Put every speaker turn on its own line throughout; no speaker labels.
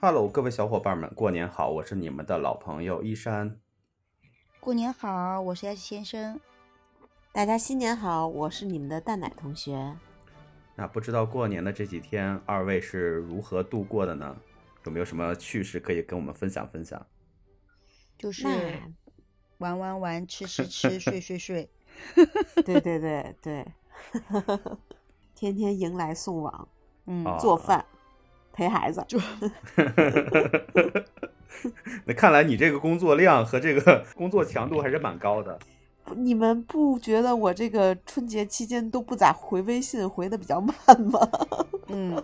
Hello，各位小伙伴们，过年好！我是你们的老朋友一山。
过年好，我是 S 先生。
大家新年好，我是你们的蛋奶同学。
那不知道过年的这几天，二位是如何度过的呢？有没有什么趣事可以跟我们分享分享？
就是
那
玩玩玩，吃吃 吃，睡睡睡。
对对对对，天天迎来送往，
嗯，
啊
做饭，陪孩子，
那看来你这个工作量和这个 工作强度还是蛮高的。
不你们不觉得我这个春节期间都不咋回微信，回的比较慢吗？
嗯，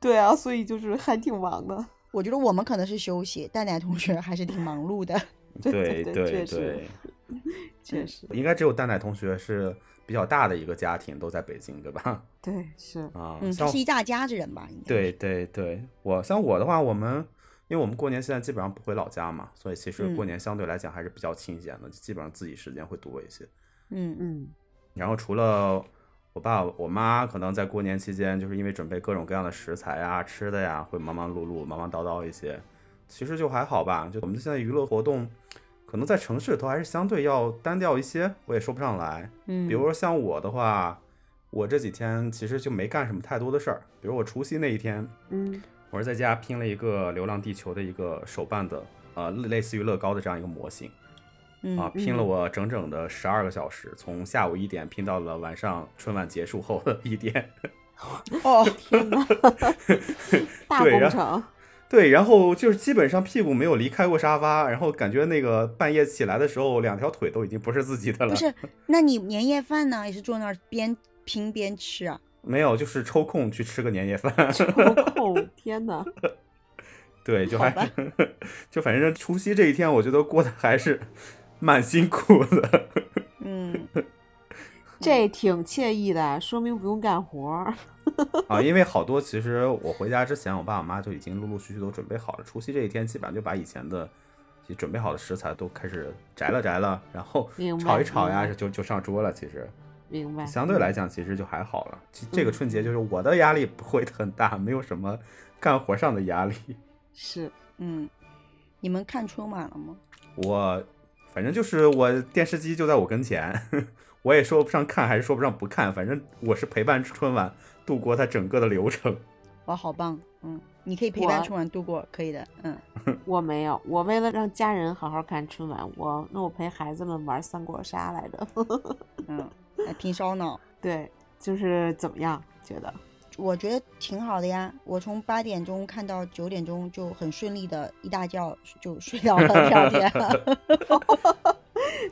对啊，所以就是还挺忙的。
我觉得我们可能是休息，蛋奶同学还是挺忙碌的。
哦对
对
对
确实
对，
确实，
应该只有蛋奶同学是比较大的一个家庭，都在北京，对吧？
对是，
啊，
嗯，
像
他是一大家子人吧？应该
对对对，我像我的话，我们因为我们过年现在基本上不回老家嘛，所以其实过
嗯
年相对来讲还是比较清闲的，基本上自己时间会多一些。
嗯
嗯，
然后除了我爸我妈，可能在过年期间，就是因为准备各种各样的食材啊、吃的呀，会忙忙碌碌、忙忙叨叨一些。其实就还好吧，就我们现在娱乐活动，可能在城市里头还是相对要单调一些，我也说不上来。
嗯，
比如说像我的话，我这几天其实就没干什么太多的事儿，比如我除夕那一天，
嗯
我是在家拼了一个《流浪地球》的一个手办的，呃，类似于乐高的这样一个模型
嗯
啊，拼了
嗯
我整整的十二个小时，从下午一点拼到了晚上春晚结束后的一点。
哦，
天哪，大
对然
工
后
程，
对，然后就是基本上屁股没有离开过沙发，然后感觉那个半夜起来的时候，两条腿都已经不是自己的了。
不，是，那你年夜饭呢？也是坐那儿边拼边吃啊？
没有，就是抽空去吃个年夜饭。
抽空，哦天哪，
对，就
好
还 就反正除夕这一天，我觉得过得还是 蛮辛苦的。
嗯，
这挺惬意的，说明不用干活儿。
啊，因为好多其实我回家之前，我爸我妈就已经陆陆续续都准备好了。除夕这一天，基本上就把以前的就准备好的食材都开始摘了摘了，然后
明白
炒一炒呀，
明白
就就上桌了。其实
明白，嗯
相对来讲，其实就还好了。其这个春节就是我的压力不会很大，没有什么干活上的压力。
是，
嗯，你们看春晚了吗？
我反正就是我电视机就在我跟前， 我也说不上看，还是说不上不看，反正我是陪伴春晚度过它整个的流 程。
哇，好棒！嗯，你可以陪伴
我
春晚度过，可以的。嗯，
我没有，我为了让家人好好看春晚，我那我陪孩子们玩三国杀来着。
嗯，哎挺烧脑，
对，就是怎么样？觉得
我觉得挺好的呀。我从八点钟看到九点钟，就很顺利的一大觉就睡到了第 二天。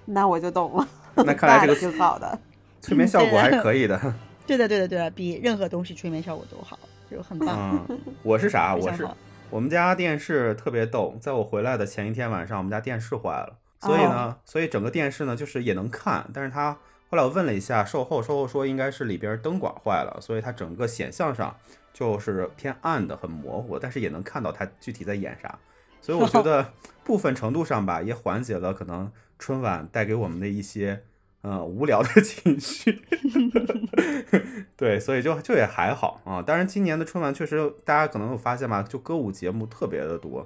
那我就懂了。
那看来这个
大挺好的，
催眠效果还是可以的。
对的，对的，对的，比任何东西催眠效果都好，就很棒。
嗯， 我是啥？
非
我
常
是
好
我们家电视特别逗，在我回来的前一天晚上，我们家电视坏了，所以呢，所以整个电视呢就是也能看，但是它后来我问了一下售后，售后说应该是里边灯管坏了，所以它整个显像上就是偏暗的，很模糊，但是也能看到它具体在演啥。所以我觉得部分程度上吧，也缓解了可能春晚带给我们的一些呃无聊的情绪。 对，所以就就也还好啊。当然，今年的春晚确实大家可能有发现吧，就歌舞节目特别的多，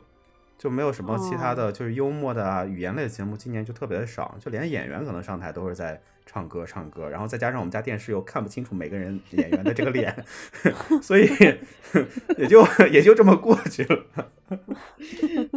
就没有什么其他的，就是幽默的啊、语言类的节目，今年就特别的少，就连演员可能上台都是在唱歌唱歌，然后再加上我们家电视又看不清楚每个人演员的这个脸， 所以 也就也就这么过去了。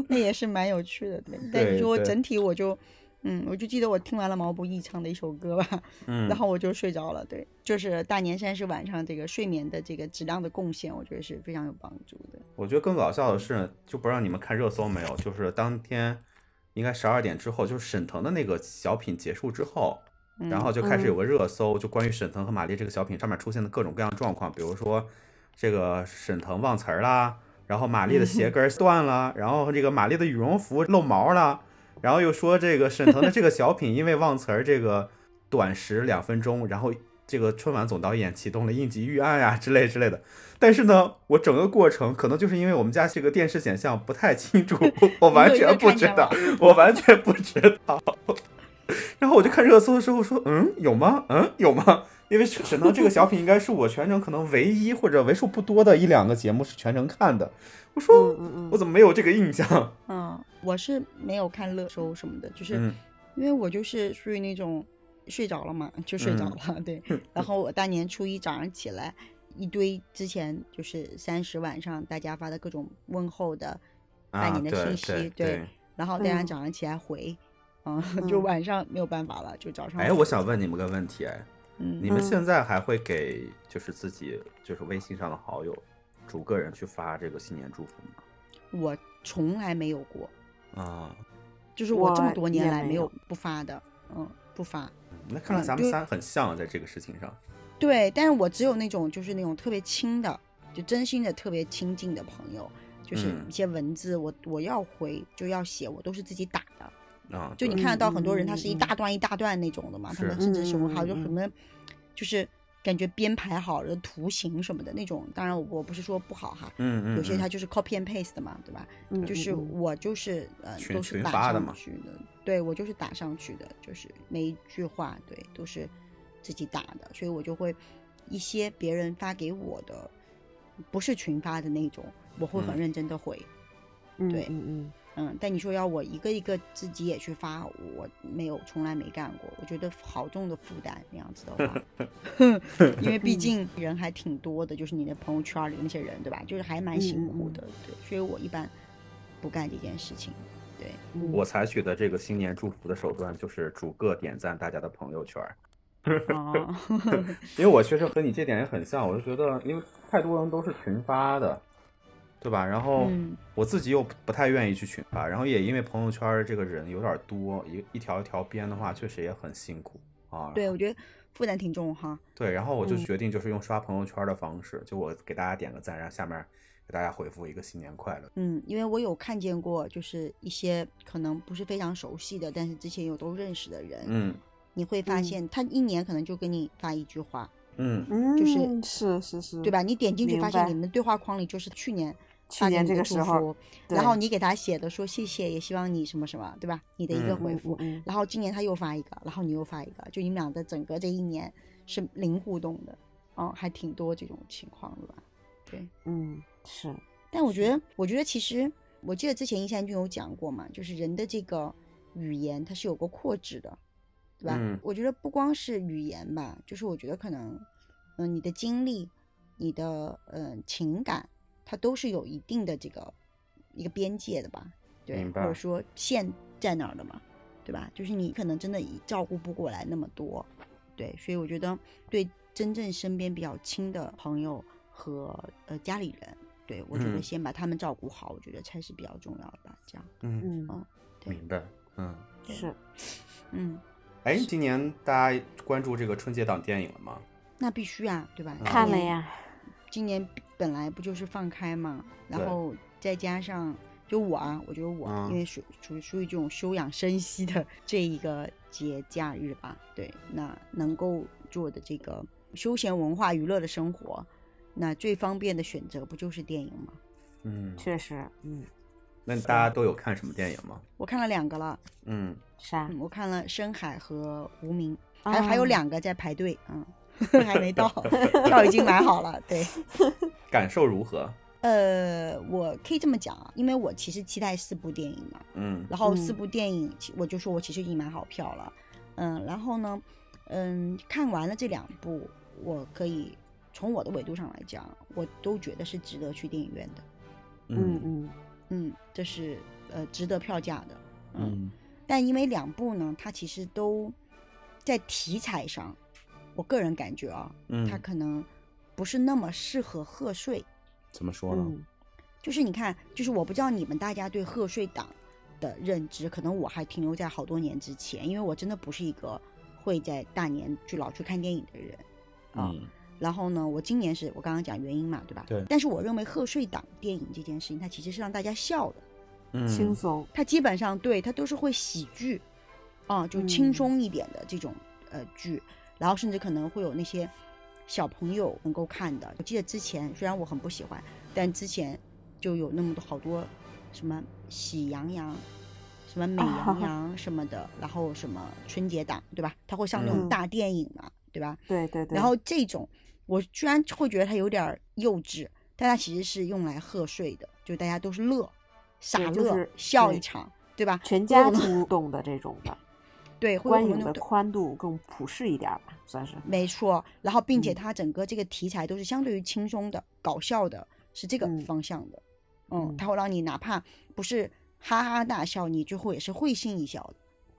那也是蛮有趣的，对。但你
对
说
对
整体我就，嗯，我就记得我听完了毛不易唱的一首歌吧，
嗯，
然后我就睡着了。对，就是大年三十晚上这个睡眠的这个质量的贡献，我觉得是非常有帮助的。
我觉得更搞笑的是，就不知道你们看热搜没有，就是当天应该十二点之后，就是沈腾的那个小品结束之后，
嗯、
然后就开始
嗯
有个热搜，就关于沈腾和马丽这个小品上面出现的各种各样的状况，比如说这个沈腾忘词儿啦，然后马丽的鞋跟儿断了，然后这个马丽的羽绒服漏毛了，然后又说这个沈腾的这个小品因为忘词儿这个短时两分钟，然后这个春晚总导演启动了应急预案呀、之类之类的。但是呢，我整个过程可能就是因为我们家这个电视显像 不太清楚，我完全不知道，我完全不知道。然后我就看热搜的时候说，嗯，有吗？嗯，有吗？ 因为沈沈腾这个小品应该是我全程可能唯一或者为数不多的一两个节目是全程看的。我说
嗯嗯
我怎么没有这个印象？
嗯，我是没有看热搜什么的，就是
嗯
因为我就是属于那种睡着了嘛，就睡着了，
嗯
对。然后我大年初一早上起来，一堆之前就是三十晚上大家发的各种问候的
啊，
拜年的
对
信息，
对对。
然后大家
嗯
早上起来回，嗯， 就
嗯
晚上没有办法了，就早上。
哎，我想，问你们个问题，哎，
嗯，
你们
嗯
现在还会给就是自己就是微信上的好友逐个人去发这个新年祝福吗？
我从来没有过，
啊，
就是我这么
我
多年
也
来
没
没有
有
不发的，嗯，不发。
那看来
嗯
咱们
就
仨很像啊在这个事情上。
对，但是我只有那种就是那种特别亲的，就真心的特别亲近的朋友，就是
嗯
一些文字我我要回就要写，我都是自己打的。
啊，
就
对
你看得到很多人他是一
嗯嗯嗯
大段一大段那种的嘛，他
是
们甚至是我还有就
嗯嗯嗯
什么，就是感觉编排好的图形什么的那种。当然我不是说不好哈，
嗯嗯，
有些
嗯
他就是 copy and paste 的嘛，对吧？
嗯，
就是
嗯嗯
我就是呃
群
都是
群
打
发的
上
嘛
去的，对我就是打上去的，就是每一句话对都是自己打的，所以我就会一些别人发给我的，不是群发的那种，我会
嗯
很认真的回，
嗯
对
嗯嗯
嗯，但你说要我一个一个自己也去发，我没有从来没干过，我觉得好重的负担那样子的话，因为毕竟人还挺多的，就是你的朋友圈里那些人，对吧？就是还蛮
嗯
辛
嗯
苦
嗯
的，对，所以我一般不干这件事情。对，
嗯，
我采取的这个新年祝福的手段就是逐个点赞大家的朋友圈儿，
哦，
因为我确实和你这点也很像，我就觉得因为太多人都是群发的，对吧？然后
嗯
我自己又不不太愿意去群发，然后也因为朋友圈儿这个人有点多，一一条一条编的话，确实也很辛苦啊。
对，我觉得负担挺重哈。
对，然后我就
嗯
决定就是用刷朋友圈的方式，就我给大家点个赞，然后下面给大家回复一个新年快乐。
嗯，因为我有看见过，就是一些可能不是非常熟悉的，但是之前有都认识的人，
嗯
你会发
嗯
现他一年可能就给你发一句话，
嗯
嗯
就是
是是是，
对吧？？你点进去
嗯明
发现
白
你们对话框里就是去年
去
发给
年
你
这
的
个
祝
时候
福，然后
对
你给他写的说谢谢，也希望你什么什么，对吧？你的一个
嗯
回复，
嗯
然后今年他又发一个，然后你又发一个，就你们俩的整个这一年是零互动的，哦，还挺多这种情况的吧？对。
嗯是，
但我觉
是
得，我觉得其实，我记得之前易山君有讲过嘛，就是人的这个语言它是有个扩制的，对吧？
嗯
我觉得不光是语言吧，就是我觉得可能，嗯、你的经历、你的嗯、呃情感，它都是有一定的这个一个边界的吧？对，
明
或者
白
说线在哪儿的嘛，对吧？就是你可能真的照顾不过来那么多，对，所以我觉得对真正身边比较亲的朋友和呃家里人，对我觉得
嗯
先把他们照顾好，我觉得才是比较重要的吧。这样，
嗯，
嗯
哦对
明白。嗯，
对
是，
嗯，
哎，今年大家关注这个春节档电影了吗？
那必须啊，对吧？
嗯
看
今
了
年。
呀，
今年本来不就是放开嘛，然
对
后再加上就我啊，我觉得我、
嗯
因为属属属于这种休养生息的这一个节假日吧，对，那能够做的这个休闲文化娱乐的生活，那最方便的选择不就是电影吗？
嗯，
确实，嗯，
那大家都有看什么电影吗？
我看了两个了，
嗯，
啥？
嗯，我看了《深海》和《无名》，还有、还有
啊
两个在排队，嗯，还没到， 票已经买好了。对，
感受如何？
呃，我可以这么讲啊，因为我其实期待四部电影嘛，
嗯
然后四
嗯
部电影，其我就说我其实已经买好票了，嗯，然后呢，嗯，看完了这两部，我可以从我的维度上来讲，我都觉得是值得去电影院的，
嗯嗯
嗯，这是呃值得票价的，嗯
嗯
但因为两部呢，它其实都在题材上，我个人感觉啊，它
嗯，
可能不是那么适合贺岁。
怎么说呢？
嗯
就是你看，就是我不知道你们大家对贺岁档的认知，可能我还停留在好多年之前，因为我真的不是一个会在大年去老去看电影的人啊。
嗯
然后呢，我今年是我刚刚讲原因嘛，对吧？
对
但是我认为贺岁档电影这件事情，它其实是让大家笑的。
嗯，
轻松，
它基本上对它都是会喜剧，啊，就轻
嗯
松一点的这种、呃剧，然后甚至可能会有那些小朋友能够看的。我记得之前虽然我很不喜欢，但之前就有那么多好多什么《喜羊羊》《什么美羊羊什么的，然后什么春节档，对吧？它会上那种
嗯
大电影嘛，对吧？
对对对，
然后这种我居然会觉得它有点儿幼稚，但它其实是用来贺岁的，就大家都是乐，傻乐、
就是
笑
对
一场，对吧？
全
会有
家
我们
出动的这种的，
对，会有
观
我们
影
那
的
种
宽度更普世一点儿吧，算是。
没错，然后并且
嗯
它整个这个题材都是相对于轻松的、搞笑的，是这个
嗯
方向的。嗯，
嗯
它会让你哪怕不是哈哈大笑，你最后也是会心一笑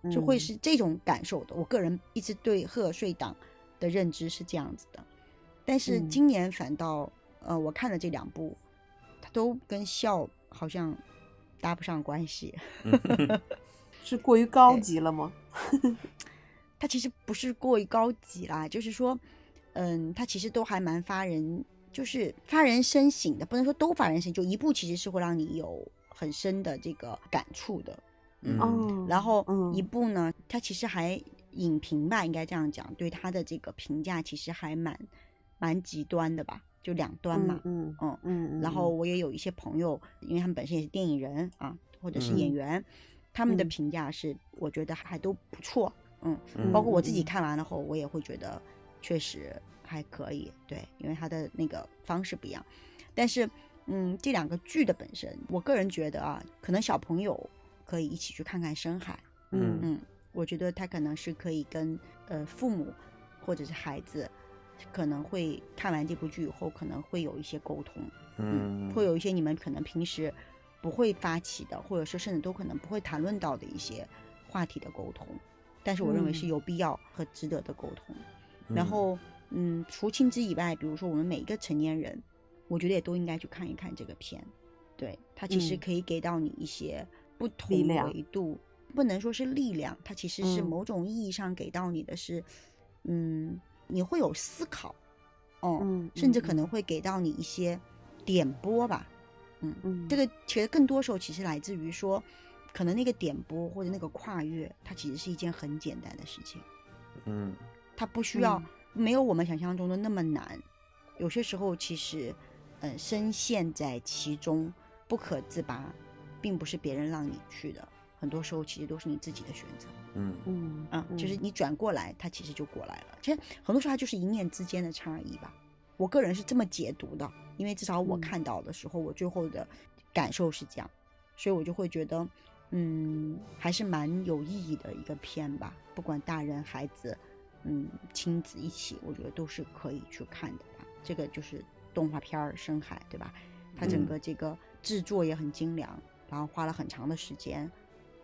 的，就会
嗯
是这种感受的。我个人一直对贺岁档的认知是这样子的，但是
嗯
今年反倒，呃，我看了这两部，它都跟笑好像搭不上关系。
是过于高
对
级了吗？
它其实不是过于高级啦，就是说，嗯，它其实都还蛮发人，就是发人深省的，不能说都发人深，就一部其实是会让你有很深的这个感触的。
嗯
哦
然后
嗯
一部呢，它其实还影评吧，应该这样讲，对它的这个评价其实还蛮蛮极端的吧，就两端嘛。
嗯
嗯
嗯嗯，
然
嗯
后我也有一些朋友，因为他们本身也是电影人啊，或者是演
嗯
员，他们的
嗯
评价是我觉得还都不错，嗯，
嗯
包括我自己
嗯嗯
看完了后，我也会觉得确实还可以，对，因为他的那个方式不一样，但是嗯，这两个剧的本身，我个人觉得啊，可能小朋友可以一起去看看《深海》，
嗯
嗯，我觉得他可能是可以跟呃父母或者是孩子，可能会看完这部剧以后，可能会有一些沟通。嗯，会有一些你们可能平时不会发起的，或者是甚至都可能不会谈论到的一些话题的沟通，但是我认为是
嗯
有必要和值得的沟通。然后，嗯，除庆之以外，比如说我们每一个成年人，我觉得也都应该去看一看这个片，对它其实
嗯
可以给到你一些不
力
同
量
维度，不能说是力量，它其实是
嗯
某种意义上给到你的是，嗯，你会有思考，哦、
嗯
甚至
嗯
可能会给到你一些点拨吧。嗯，
嗯
这个其实更多时候其实来自于说，可能那个点拨或者那个跨越，它其实是一件很简单的事情，
嗯
它不需要、
嗯
没有我们想象中的那么难。有些时候其实，嗯，深陷在其中不可自拔，并不是别人让你去的，很多时候其实都是你自己的选择。
嗯
嗯
啊，就是你转过来，它其实就过来了。其实很多时候它就是一念之间的差异吧。我个人是这么解读的，因为至少我
嗯
看到的时候，我最后的感受是这样，所以我就会觉得，嗯，还是蛮有意义的一个片吧。不管大人、孩子，嗯，亲子一起，我觉得都是可以去看的吧。这个就是动画片儿《深海》，对吧？它整
嗯
个这个制作也很精良，然后花了很长的时间，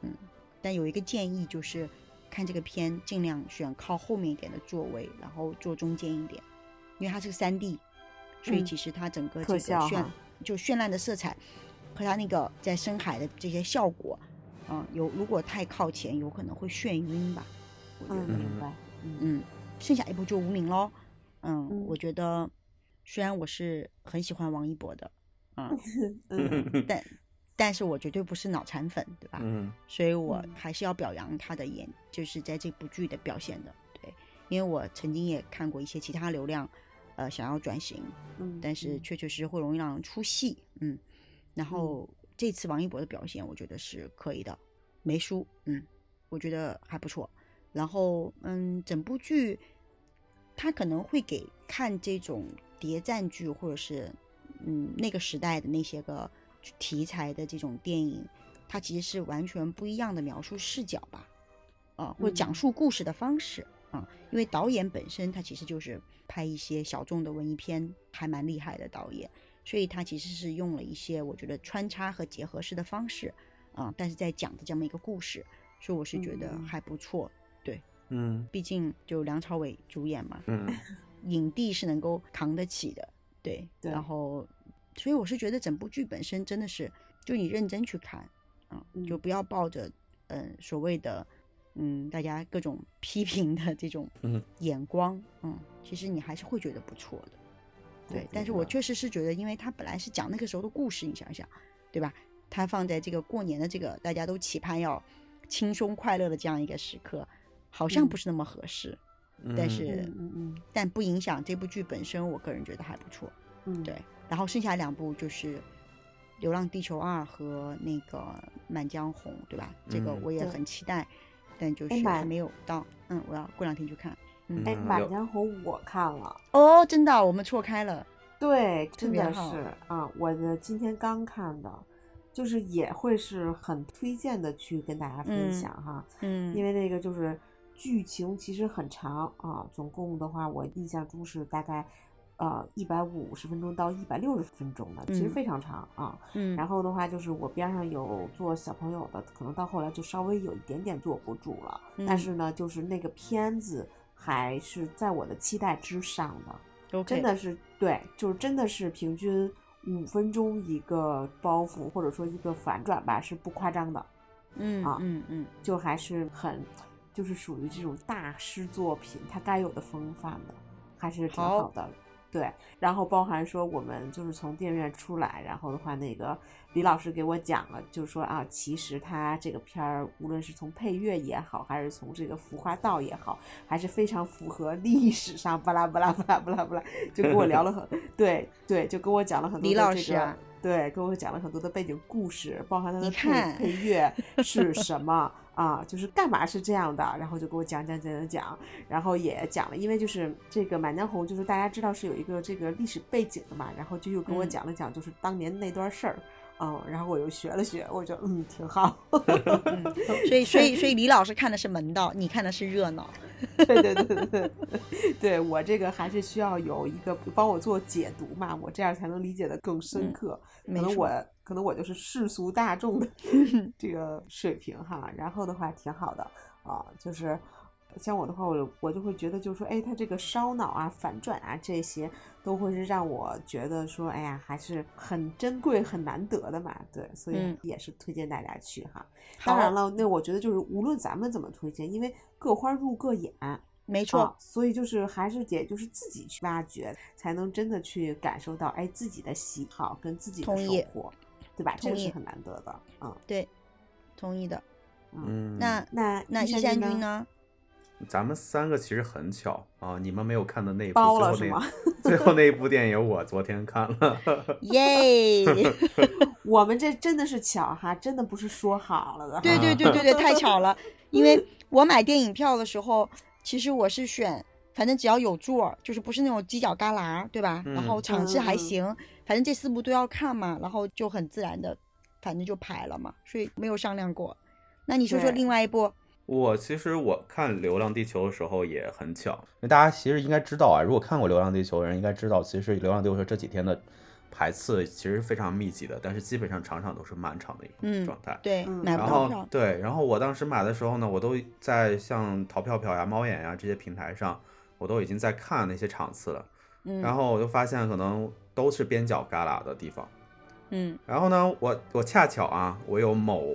嗯。但有一个建议就是，看这个片尽量选靠后面一点的座位，然后坐中间一点，因为它是三 D，所以
嗯
其实它整个这
特
个
效
绚、
哈
就绚烂的色彩和它那个在深海的这些效果，啊、有如果太靠前，有可能会眩晕吧，我觉
嗯
得，
明白嗯
嗯，剩下一部就无名喽。嗯，
嗯
我觉得虽然我是很喜欢王一博的，啊、
嗯
但但是我绝对不是脑残粉，对吧？
嗯
所以我
嗯
还是要表扬他的演，就是在这部剧的表现的。对，因为我曾经也看过一些其他流量，呃，想要转型，
嗯，
但是
嗯
确确实实会容易让人出戏，嗯。然后这次王一博的表现，我觉得是可以的，没输，嗯，我觉得还不错。然后，嗯，整部剧它可能会给看这种谍战剧或者是嗯那个时代的那些个题材的这种电影，它其实是完全不一样的描述视角吧，啊、或者讲
嗯
述故事的方式啊、因为导演本身他其实就是拍一些小众的文艺片，还蛮厉害的导演，所以他其实是用了一些我觉得穿插和结合式的方式啊、但是在讲的这么一个故事，所以我是觉得
嗯
还不错。
嗯
毕竟就梁朝伟主演嘛，
嗯
影帝是能够扛得起的，对。
对
然后，所以我是觉得整部剧本身真的是，就你认真去看啊、
嗯
就不要抱着嗯所谓的嗯大家各种 批评的这种
嗯
眼光，嗯，其实你还是会觉得不错的。对，但是我确实是觉得，因为它本来是讲那个时候的故事，你想想，对吧？它放在这个过年的这个大家都期盼要轻松快乐的这样一个时刻，好像
嗯
不是那么合适。
嗯，
但是
嗯嗯嗯
但不影响这部剧本身，我个人觉得还不错。
嗯，
对，然后剩下两部就是《流浪地球二》和那个《满江红》，对吧？这个
嗯
我也
对
很期待，但就
哎
是
满
还没有到。嗯，我要过两天去看。
哎，《
嗯有
满江红》我看了，
哦，真的，我们错开了。
对，真
别
的
好
是啊，我的今天刚看的，就是也会是很推荐的去跟大家分
嗯
享哈，
嗯，
因为那个就是剧情其实很长啊，总共的话我印象中是大概呃一百五十分钟到一百六十分钟的，其实
嗯
非常长啊。
嗯，
然后的话就是我边上有做小朋友的，可能到后来就稍微有一点点坐不住了，但
嗯
是呢，就是那个片子还是在我的期待之上的。
后
真的是对，就是真的是平均五分钟一个包袱，或者说一个反转吧，是不夸张的，
嗯
啊
嗯嗯，
就还是很，就是属于这种大师作品它该有的风范的，还是挺
好
好的。对，然后包含说我们就是从电影院出来，然后的话，那个李老师给我讲了，就是说啊，其实他这个片儿无论是从配乐也好，还是从这个服化道也好，还是非常符合历史上巴拉巴拉巴拉巴拉巴拉，就跟我聊了很 对对，就跟我讲了很多
李
的
老
这
师
个
啊
对，跟我讲了很多的背景故事，包含他的
你
配
看
配 乐是什么啊，就是干嘛是这样的，然后就给我讲讲讲讲讲，然后也讲了，因为就是这个《满江红》，就是大家知道是有一个这个历史背景的嘛，然后就又跟我
嗯
讲了讲，就是当年那段事儿。嗯，然后我又学了学，我觉得嗯挺好。
嗯，所以所以所以李老师看的是门道，你看的是热闹。
对 对对对对，对我这个还是需要有一个帮我做解读嘛，我这样才能理解的更深
嗯
刻。
没
可能
错
我可能我就是世俗大众 的这个水平哈，然后的话挺好的啊，就是像我的话，我我就会觉得就是说，哎，他这个烧脑啊、反转啊这些，都会是让我觉得说，哎呀，还是很珍贵、很难得的嘛，对，所以
嗯
也是推荐大家去哈。当
好
然了，那我觉得就是无论咱们怎么推荐，因为各花入各眼，
没错，
啊所以就是还是得就是自己去挖掘，才能真的去感受到哎自己的喜好跟自己的
同
生
意
活，对吧？这
同
个是
意
很难得的，嗯
对，同意的。
嗯。
嗯，
那
那
那
益
易
山
山君？ 呢？
咱们三个其实很巧啊，你们没有看的那一部，
包了
最
是
后
吗
那 最后那一部电影我昨天看了，
耶！
我们这真的是巧哈，真的不是说好了的哈。
对对对对对，太巧了，因为我买电影票的时候，其实我是选，反正只要有座儿，就是不是那种犄角旮旯，对吧？然后
嗯
场次还
嗯
行，反正这四部都要看嘛，然后就很自然的，反正就排了嘛，所以没有商量过。那你说说
对
另外一部，
我其实我看《流浪地球》的时候也很巧，因为大家其实应该知道啊，如果看过《流浪地球》的人应该知道，其实《流浪地球》这几天的排次其实非常密集的，但是基本上场场都是满场的一个
嗯
状态。
对，
嗯
买
然
不到
后
票，
对，然后我当时买的时候呢，我都在像淘票票呀、猫眼呀这些平台上，我都已经在看那些场次了。
嗯，
然后我就发现可能都是边角旮旯的地方。
嗯
然后呢，我我恰巧啊，我有某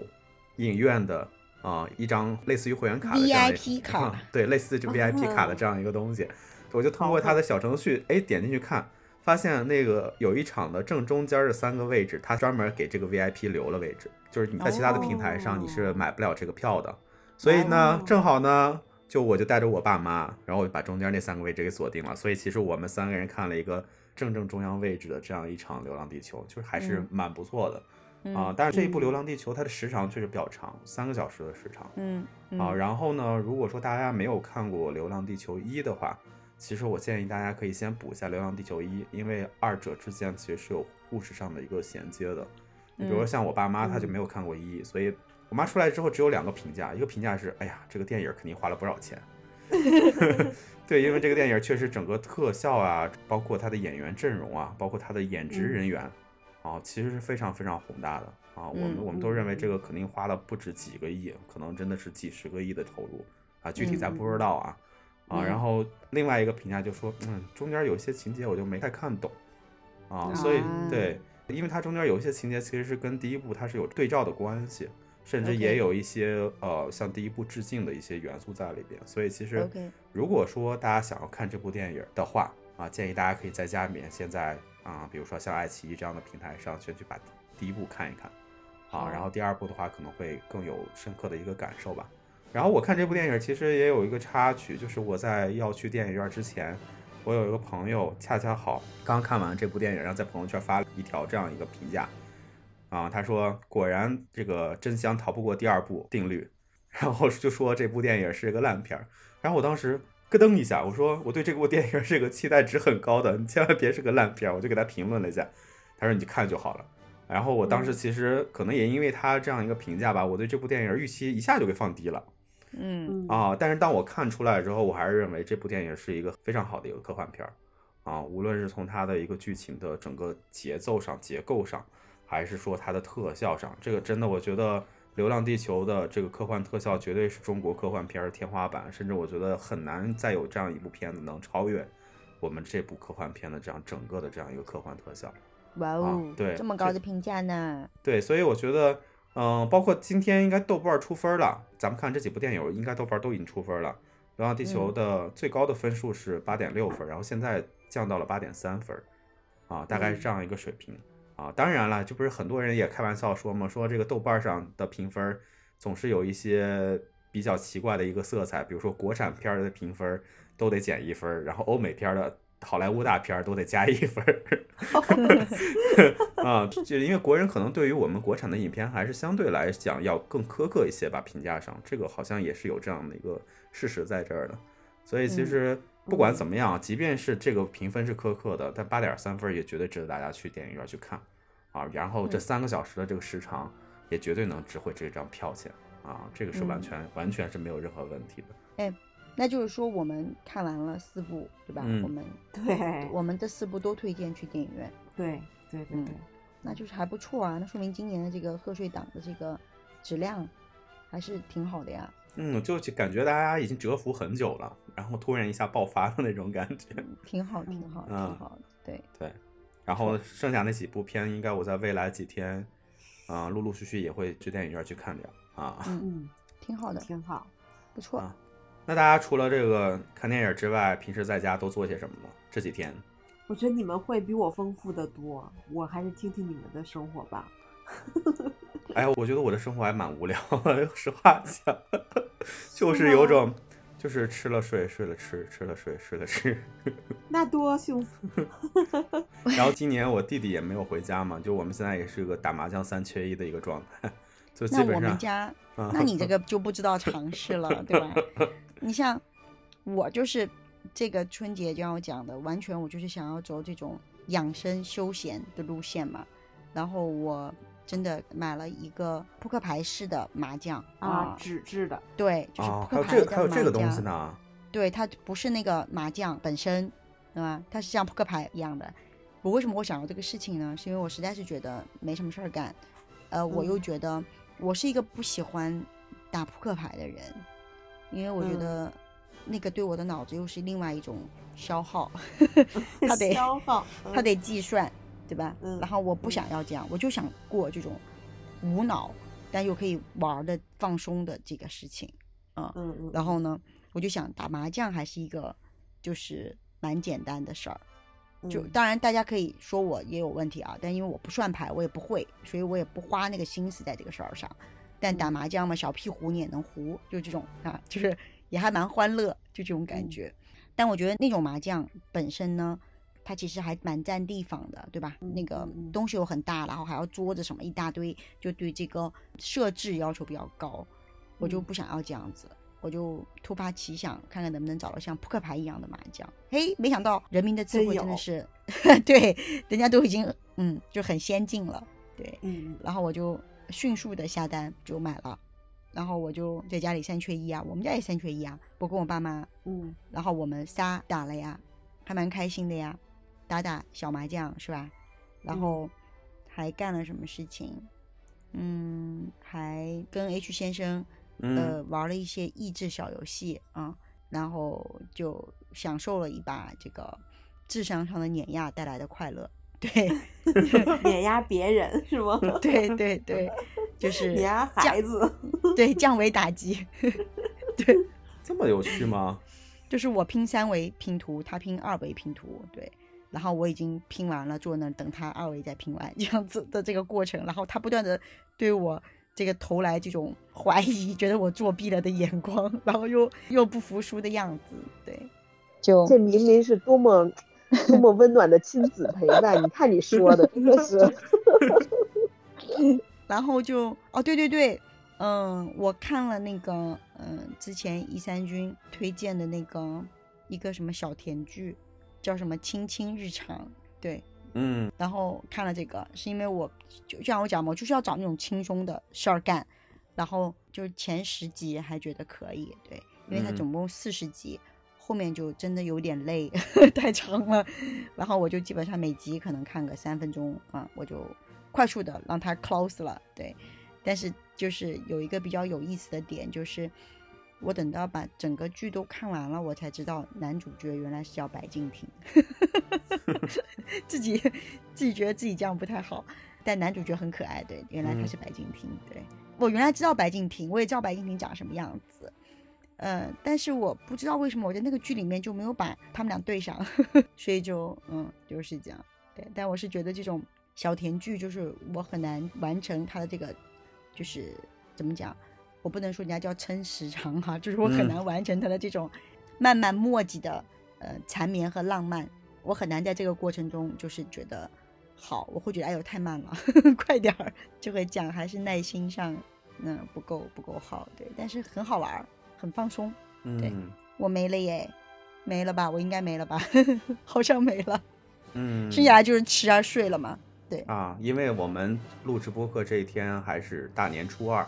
影院的啊、一张类似于会员卡的这样一啊
VIP 卡
对，类似于这 VIP 卡的这样一个东西，我就通过它的小程序哎点进去看，发现那个有一场的正中间的三个位置，它专门给这个 VIP 留了位置，就是你在其他的平台上你是买不了这个票的，所以呢
哦，
正好呢。就我就带着我爸妈，然后我就把中间那三个位置给锁定了，所以其实我们三个人看了一个正正中央位置的这样一场《流浪地球》，就是还是
嗯
蛮不错的。
嗯
啊，但是这一部《
嗯
流浪地球》它的时长确实比较长，三个小时的时长
嗯嗯
啊。然后呢，如果说大家没有看过《流浪地球一》的话，其实我建议大家可以先补一下《流浪地球一》，因为二者之间其实是有故事上的一个衔接的。你比如说
嗯
像我爸妈，他就
嗯
没有看过一，所以我妈出来之后只有两个评价，一个评价是：哎呀，这个电影肯定花了不少钱。 对，因为这个电影确实整个特效啊，包括它的演员阵容啊，包括它的演职
嗯
人员啊，其实是非常非常宏大的啊。我们
嗯
我们都
嗯
认为这
嗯
个肯定花了不止几个亿，可能真的是几十个亿的投入啊，具体咱
嗯
不知道啊啊。然
嗯
后另外一个评价就说，嗯，中间有一些情节我就没太看懂啊，所以
啊
对，因为它中间有一些情节其实是跟第一部它是有对照的关系，甚至也
OK
有一些呃向第一部致敬的一些元素在里边。所以其实
OK
如果说大家想要看这部电影的话啊，建议大家可以在家里面现在啊、比如说像爱奇艺这样的平台上先去把第一部看一看啊
好，
然后第二部的话可能会更有深刻的一个感受吧。然后我看这部电影其实也有一个插曲，就是我在要去电影院之前，我有一个朋友恰恰好刚看完这部电影，然后在朋友圈发了一条这样一个评价，啊，他说果然这个真香逃不过第二部定律，然后就说这部电影是一个烂片儿。然后我当时咯噔一下，我说我对这部电影这个期待值很高的，你千万别是个烂片儿。我就给他评论了一下，他说你去看就好了。然后我当时其实可能也因为他这样一个评价吧，我对这部电影预期一下就给放低了
嗯
嗯
啊。但是当我看出来之后，我还是认为这部电影是一个非常好的一个科幻片儿啊，无论是从它的一个剧情的整个节奏上、结构上，还是说它的特效上，这个真的我觉得《流浪地球》的这个科幻特效绝对是中国科幻片儿的天花板，甚至我觉得很难再有这样一部片子能超越我们这部科幻片的这样整个的这样一个科幻特效。
哇哦，
啊对
这么
这
高的评价呢？
对，所以我觉得，嗯、包括今天应该豆瓣儿出分儿了，咱们看这几部电影，应该豆瓣儿都已经出分儿了。《流浪地球》的最高的分数是八点六分儿，然后现在降到了八点三分儿，啊，大概是这样一个水平啊。当然了，这不是很多人也开玩笑说嘛，说这个豆瓣儿上的评分儿总是有一些比较奇怪的一个色彩，比如说国产片儿的评分儿都得减一分儿，然后欧美片儿的好莱坞大片儿都得加一分儿。 啊，就是因为国人可能对于我们国产的影片还是相对来讲要更苛刻一些吧，评价上这个好像也是有这样的一个事实在这儿的。所以其
嗯
实不管怎么样，啊即便是这个评分是苛刻的，但八点三分也绝对值得大家去电影院去看啊。然后这
嗯
三个小时的这个时长也绝对能值回这张票钱啊，这个是完
嗯
全完全是没有任何问题的。
那就是说我们看完了四部，对吧？
嗯
我们
对
我们这四部都推荐去电影院，
对对对
嗯
对，
那就是还不错啊。那说明今年的这个贺岁档的这个质量还是挺好的呀，
嗯，就感觉大家已经蛰伏很久了，然后突然一下爆发的那种感觉。
挺好，挺好，
嗯
挺好的。对，
对，然后剩下那几部片，应该我在未来几天，啊、陆陆续续也会去电影院去看掉啊。
嗯，
嗯，
挺好的，
挺好。
不错。
啊那大家除了这个看电影之外，平时在家都做些什么呢？这几天，
嗯
我觉得你们会比我丰富的多，我还是听听你们的生活吧。
哎，我觉得我的生活还蛮无聊的， 实话讲，就是有
吗
种，就是吃了睡，睡了吃，吃了睡，睡了吃。
那多幸福！
然后今年我弟弟也没有回家嘛，就我们现在也是个打麻将三缺一的一个状态， 就基
那
本
我们
上，
家，
啊
那你这个就不知道尝试了，对吧？你像我就是这个春节就像我讲的，完全我就是想要走这种养生休闲的路线嘛。然后我真的买了一个扑克牌式的麻将
啊，纸质的，
对，就是
啊
扑，
还
克
有
牌
这
的
个
麻将。
还有这个东西呢，
对，它不是那个麻将本身，对吧？它是像扑克牌一样的。我为什么会想到这个事情呢？是因为我实在是觉得没什么事儿干，呃，我又
嗯
觉得我是一个不喜欢打扑克牌的人，因为我觉
嗯
得那个对我的脑子又是另外一种消耗， 他
它
得
消耗，
它得计算，对吧？
嗯
然后我不
嗯
想要这样，我就想过这种无脑但又可以玩儿的放松的这个事情。
嗯嗯，
然后呢，我就想打麻将还是一个就是蛮简单的事儿。就
嗯
当然大家可以说我也有问题啊，但因为我不算牌，我也不会，所以我也不花那个心思在这个事儿上。但打
嗯
麻将嘛，小屁胡你也能胡，就这种啊，就是也还蛮欢乐，就这种感
嗯
觉。但我觉得那种麻将本身呢，它其实还蛮占地方的，对吧？那
嗯
个
嗯嗯
东西又很大，然后还要桌子什么一大堆，就对这个设置要求比较高，我就
嗯
不想要这样子。我就突发奇想，看看能不能找到像扑克牌一样的麻将。嘿，没想到人民的智
真
慧真的
有
是， 对，人家都已经嗯就很先进了，对。
嗯
然后我就迅速的下单就买了，然后我就在家里三缺一啊，我们家也三缺一啊，我跟我爸妈，
嗯
然后我们仨打了呀，还蛮开心的呀，打打小麻将是吧？然
嗯
后还干了什么事情？嗯，还跟 H 先生
嗯，
呃玩了一些益智小游戏啊、然后就享受了一把这个智商上的碾压带来的快乐。 对
嗯， 碾压别人是吗？
对对对，就是
碾压
这样
孩子，
对降维打击，
这么有
嗯
趣吗？
就是我拼三维拼图，他拼二维拼图，对。然后我已经拼完了，坐那儿等他二维再拼完，这 样子的这个过程，然后他不断的对我这个投来这种怀疑，觉得我作弊了的眼光，然后又又不服输的样子，对，就
这明明是多么多么温暖的亲子陪伴，你看你说的真的是，
然后就哦，对对对，嗯，我看了那个，嗯，之前一三军推荐的那个一个什么小甜剧，叫什么《亲亲日常》，对，
嗯
然后看了这个，是因为我就就像我讲嘛，我就是要找那种轻松的事儿干，然后就前十集还觉得可以，对，因为它
嗯
总共四十集，后面就真的有点累， 太长了，然后我就基本上每集可能看个三分钟啊、我就快速的让它 close 了，对，但是就是有一个比较有意思的点就是。我等到把整个剧都看完了，我才知道男主角原来是叫白敬亭。自己自己觉得自己这样不太好，但男主角很可爱，对，原来他
嗯
是白敬亭，对我原来知道白敬亭，我也知道白敬亭长什么样子，呃，但是我不知道为什么我在那个剧里面就没有把他们俩对上，所以就嗯就是这样，对，但我是觉得这种小甜剧就是我很难完成他的这个，就是怎么讲，我不能说人家叫撑时长哈、就是我
嗯
很难完成他的这种慢慢墨迹的呃缠绵和浪漫，我很难在这个过程中就是觉得好，我会觉得哎呦太慢了， 快点儿就会讲，还是耐心上嗯不够不够好，对，但是很好玩儿，很放松。
嗯
我没了耶，没了吧？我应该没了吧？ 好像没了，
嗯，
剩下来就是吃啊睡了嘛。
啊，因为我们录直播课这一天还是大年初二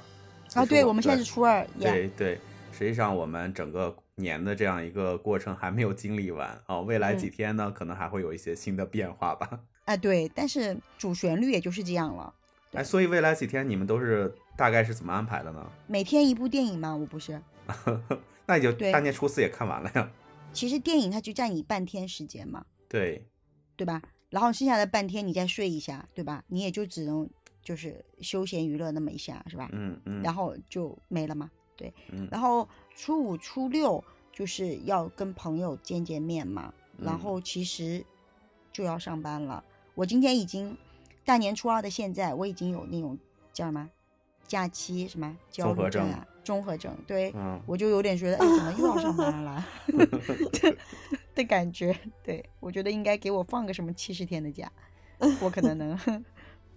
啊，对，我们现在是初二，
对
耶，
对对，实际上我们整个年的这样一个过程还没有经历完啊、未
嗯
来几天呢，可能还会有一些新的变化吧。
哎对，但是主旋律也就是这样了，
哎，所以未来几天你们都是大概是怎么安排的呢？
每天一部电影嘛，我不是。
那你就
对
大年初四也看完了呀？
其实电影它就占你半天时间嘛，
对，
对吧？然后剩下的半天你再睡一下，对吧？你也就只能就是休闲娱乐那么一下，是吧？
嗯嗯，
然
后
后就没了嘛。
嗯
然后初五、初六就是要跟朋友见见面嘛，然
嗯
后其实就要上班了。我今天已经大年初二的现在，我已经有那种叫什么假期什么焦
综合
虑症啊，综合症，对、
嗯
我就有点觉得，哎，怎么又要上班 了 的感觉？对我觉得应该给我放个什么七十天 的假，我可能能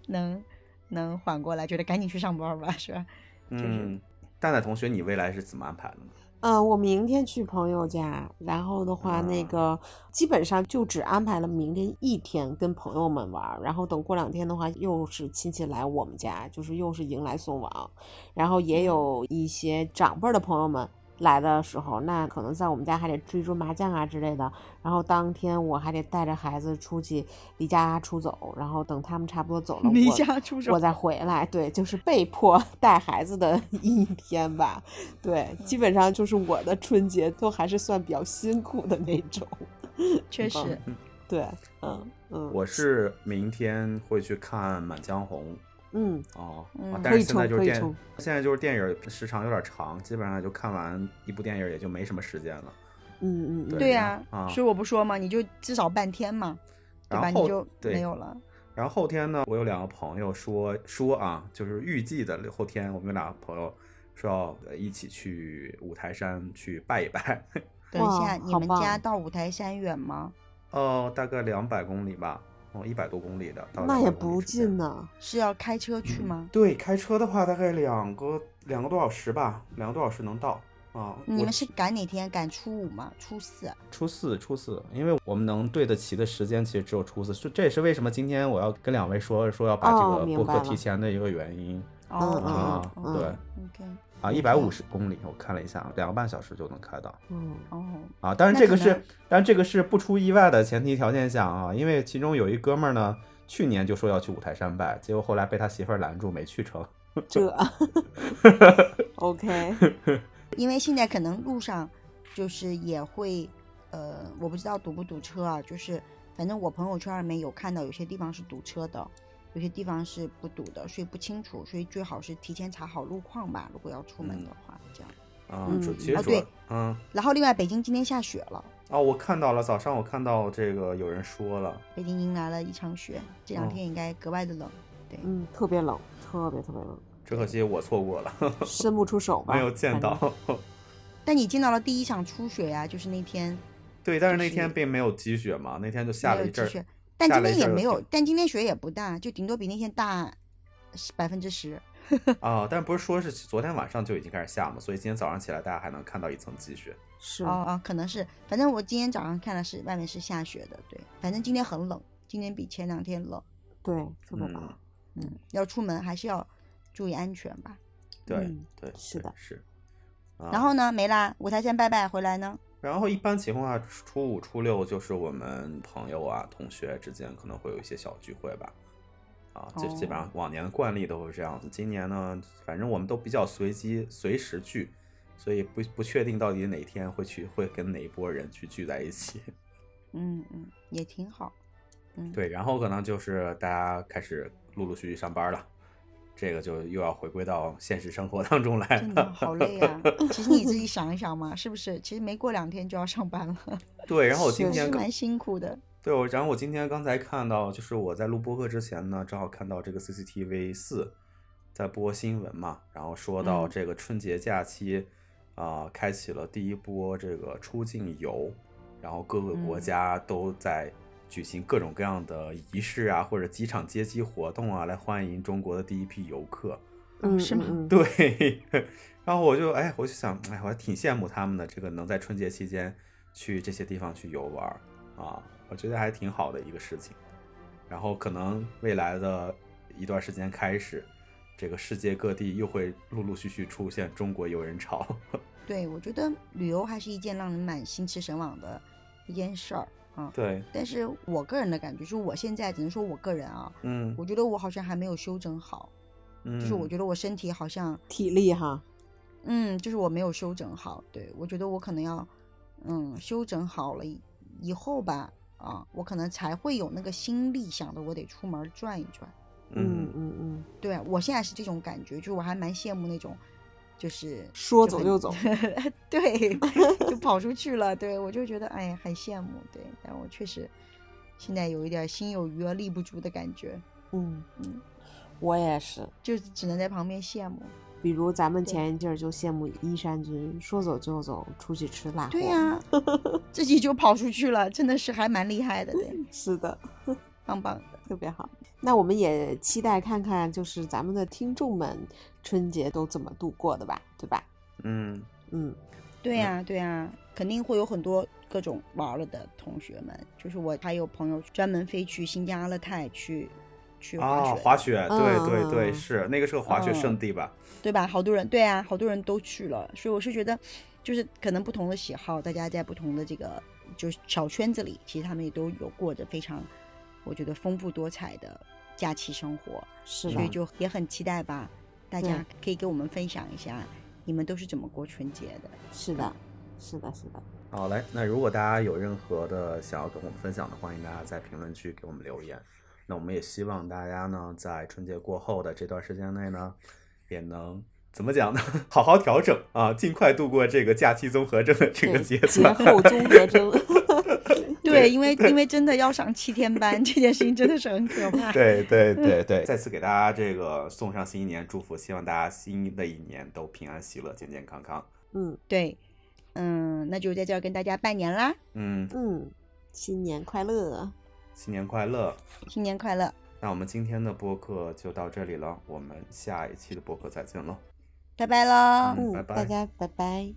能能缓过来，觉得赶紧去上班吧，是吧？是
嗯，蛋蛋同学，你未来是怎么安排的呢？
嗯，我明天去朋友家，然后的话，那
啊
个基本上就只安排了明天一天跟朋友们玩儿，然后等过两天的话，又是亲戚来我们家，就是又是迎来送往，然后也有一些长辈儿的朋友们来的时候，那可能在我们家还得追追麻将啊之类的，然后当天我还得带着孩子出去离家出走，然后等他们差不多走了，
离
我
家出走
我再回来，对，就是被迫 带孩子的一天吧。对，基本上就是我的春节都还是算比较辛苦的那种。
确实。
对，嗯嗯，
我是明天会去看《满江红》
嗯
哦，
嗯
啊
可
但是
以
现在
冲
就是
可以
电
冲，
现在就是电影时长有点长，基本上就看完一部电影也就没什么时间了。
嗯嗯嗯，
对
对
呀
呀、啊
所以我不说嘛，你就至少半天嘛，对
然
吧？你
后
就
对
没有了。
然后后天呢，我有两个朋友说说啊，就是预计的后天，我们有两个朋友说要呃一起去五台山去拜一拜，
等一
哇
下，你
好
们
棒
家到五台山远吗？
哦，大概两百公里吧，哦，一百多公里的，到
那
200
也
公里
不
之间
近。呢。
是要开车去吗？
对，开车的话大概两个两个多小时吧，两个多小时能到啊。
你
我
们是赶哪天？赶初五吗？初四？
初四，初四，因为我们能对得齐的时间其实只有初四，是这也是为什么今天我要跟两位说说要把
哦
这个
明
播
白
客
了
提前的一个原因
嗯
哦
啊，
嗯
对
，OK，
啊，一百五十公里，我看了一下，两个半小时就能开到
嗯，
哦，
啊。当然
那
这个
可
是，
能
当然这个是不出意外的前提条件下啊，因为其中有一哥们儿呢，去年就说要去五台山拜，结果后来被他媳妇儿拦住没去成。
这 OK，
因为现在可能路上就是也会，呃，我不知道堵不堵车啊，就是反正我朋友圈里面有看到有些地方是堵车的，有些地方是不堵的，所以不清楚，所以最好是提前查好路况吧，如果要出
嗯
门的话，这样。
啊
嗯
主其实
哦
主
对
要，嗯，
然后另外，北京今天下雪了，
啊，我看到了，早上我看到这个有人说了，
北京迎来了一场雪，这两
哦
天应该格外的冷。
嗯，特别冷，特别特别冷，
只可惜我错过了，
伸不出手吧？
没有见
反正。
到。
但你见到了第一场初雪呀、就是那天
对，但是
就
那天
是
并没有积雪嘛，那天就下
没
了
有
一阵
积
儿
雪，，但
下
今
了一
天也
阵儿
没有
雪，
但今天雪也不大，就顶多比那天大百分之十。
啊，但不是说是昨天晚上就已经开始下吗？所以今天早上起来大家还能看到一层积雪。
是
哦哦，可能是，反正我今天早上看了是外面是下雪的，对，反正今天很冷，今天比前两天冷，
对，特别
嗯
棒。
嗯，要出门还是要注意安全吧。
对、
嗯
对，
是
对
的
是。啊
然后呢，没啦，五台山拜拜回来呢，
然后一般情况下，初五、初六就是我们朋友啊、同学之间可能会有一些小聚会吧。啊，这
哦
基本上往年的惯例都是这样子。今年呢，反正我们都比较随机、随时聚，所以不不确定到底哪天会去会跟哪一波人去聚在一起。
嗯嗯，也挺好，嗯，，
对，然后可能就是大家开始陆陆续续上班了，这个就又要回归到现实生活当中来
真的
了。
好累 啊。其实你自己想一想嘛，是不是？其实没过两天就要上班了，
对，然后我
确
今
是
天刚
蛮辛苦的。
对，我然后我今天刚才看到，就是我在录播客之前呢，正好看到这个 CCTV 四在播新闻嘛，然后说到
嗯
这个春节假期啊、呃开启了第一波这个出境游，然后各个国
嗯
家都在举行各种各样的仪式啊，或者机场接机活动啊，来欢迎中国的第一批游客。
嗯，
是吗
嗯，嗯
对，然后我就哎，我就想，哎，我还挺羡慕他们的，这个能在春节期间去这些地方去游玩儿啊，我觉得还挺好的一个事情。然后可能未来的一段时间开始，这个世界各地又会陆陆续续出现中国游人潮。
对，我觉得旅游还是一件让人蛮心驰神往的一件事儿啊。
对，
但是我个人的感觉，就是我现在只能说我个人啊，
嗯，
我觉得我好像还没有修整好，就是我
嗯
觉得我身体好像，
体力哈，
嗯，就是我没有修整好。对我觉得我可能要，嗯，修整好了以以后吧，啊，我可能才会有那个心力想着我得出门转一转。
嗯
嗯
嗯嗯，
对我现在是这种感觉，就是我还蛮羡慕那种，就是
说
就很
走就走，
对， 就跑出去了。对我就觉得哎，很羡慕。对，但我确实现在有一点心有余而力不足的感觉，
嗯
嗯，
我也是。
就是只能在旁边羡慕。
比如咱们
对
前一阵儿就羡慕依山君说走就走，出去吃辣货。
对 呀、自己就跑出去了，真的是还蛮厉害的， 对，
是的，
棒棒的。
特别好。那我们也期待看看，就是咱们的听众们春节都怎么度过的吧，对吧？
嗯，
嗯，
对呀、对呀、肯定会有很多各种玩了的同学们，就是我还有朋友专门飞去新疆阿勒泰去去滑
啊，
雪，
滑雪，对对对，
嗯
是那个是个滑雪圣地吧？
对吧？好多人，对啊，好多人都去了，所以我是觉得，就是可能不同的喜好，大家在不同的这个就是小圈子里，其实他们也都有过着非常，我觉得丰富多彩的假期生活，
是
所以
的，
就也很期待吧。大家
嗯
可以给我们分享一下，你们都是怎么过春节的？
是的，是的，是的。
好嘞，那如果大家有任何的想要跟我们分享的，欢迎大家在评论区给我们留言。那我们也希望大家呢，在春节过后的这段时间内呢，也能怎么讲呢？好好调整啊，尽快度过这个假期综合症的这个阶
对
段。
后综合征，
对，因为因为真的要上七天班，这件事情真的是很可怕。
对对对对，再次给大家这个送上新一年祝福，希望大家新的一年都平安喜乐、健健康康。
嗯
对，嗯，那就在这儿跟大家拜年啦，
嗯，
嗯，新年快乐，
新年快乐！
新年快乐，
那我们今天的播客就到这里了，我们下一期的播客再见喽。
拜拜喽。
嗯
嗯，
拜拜
大家拜拜。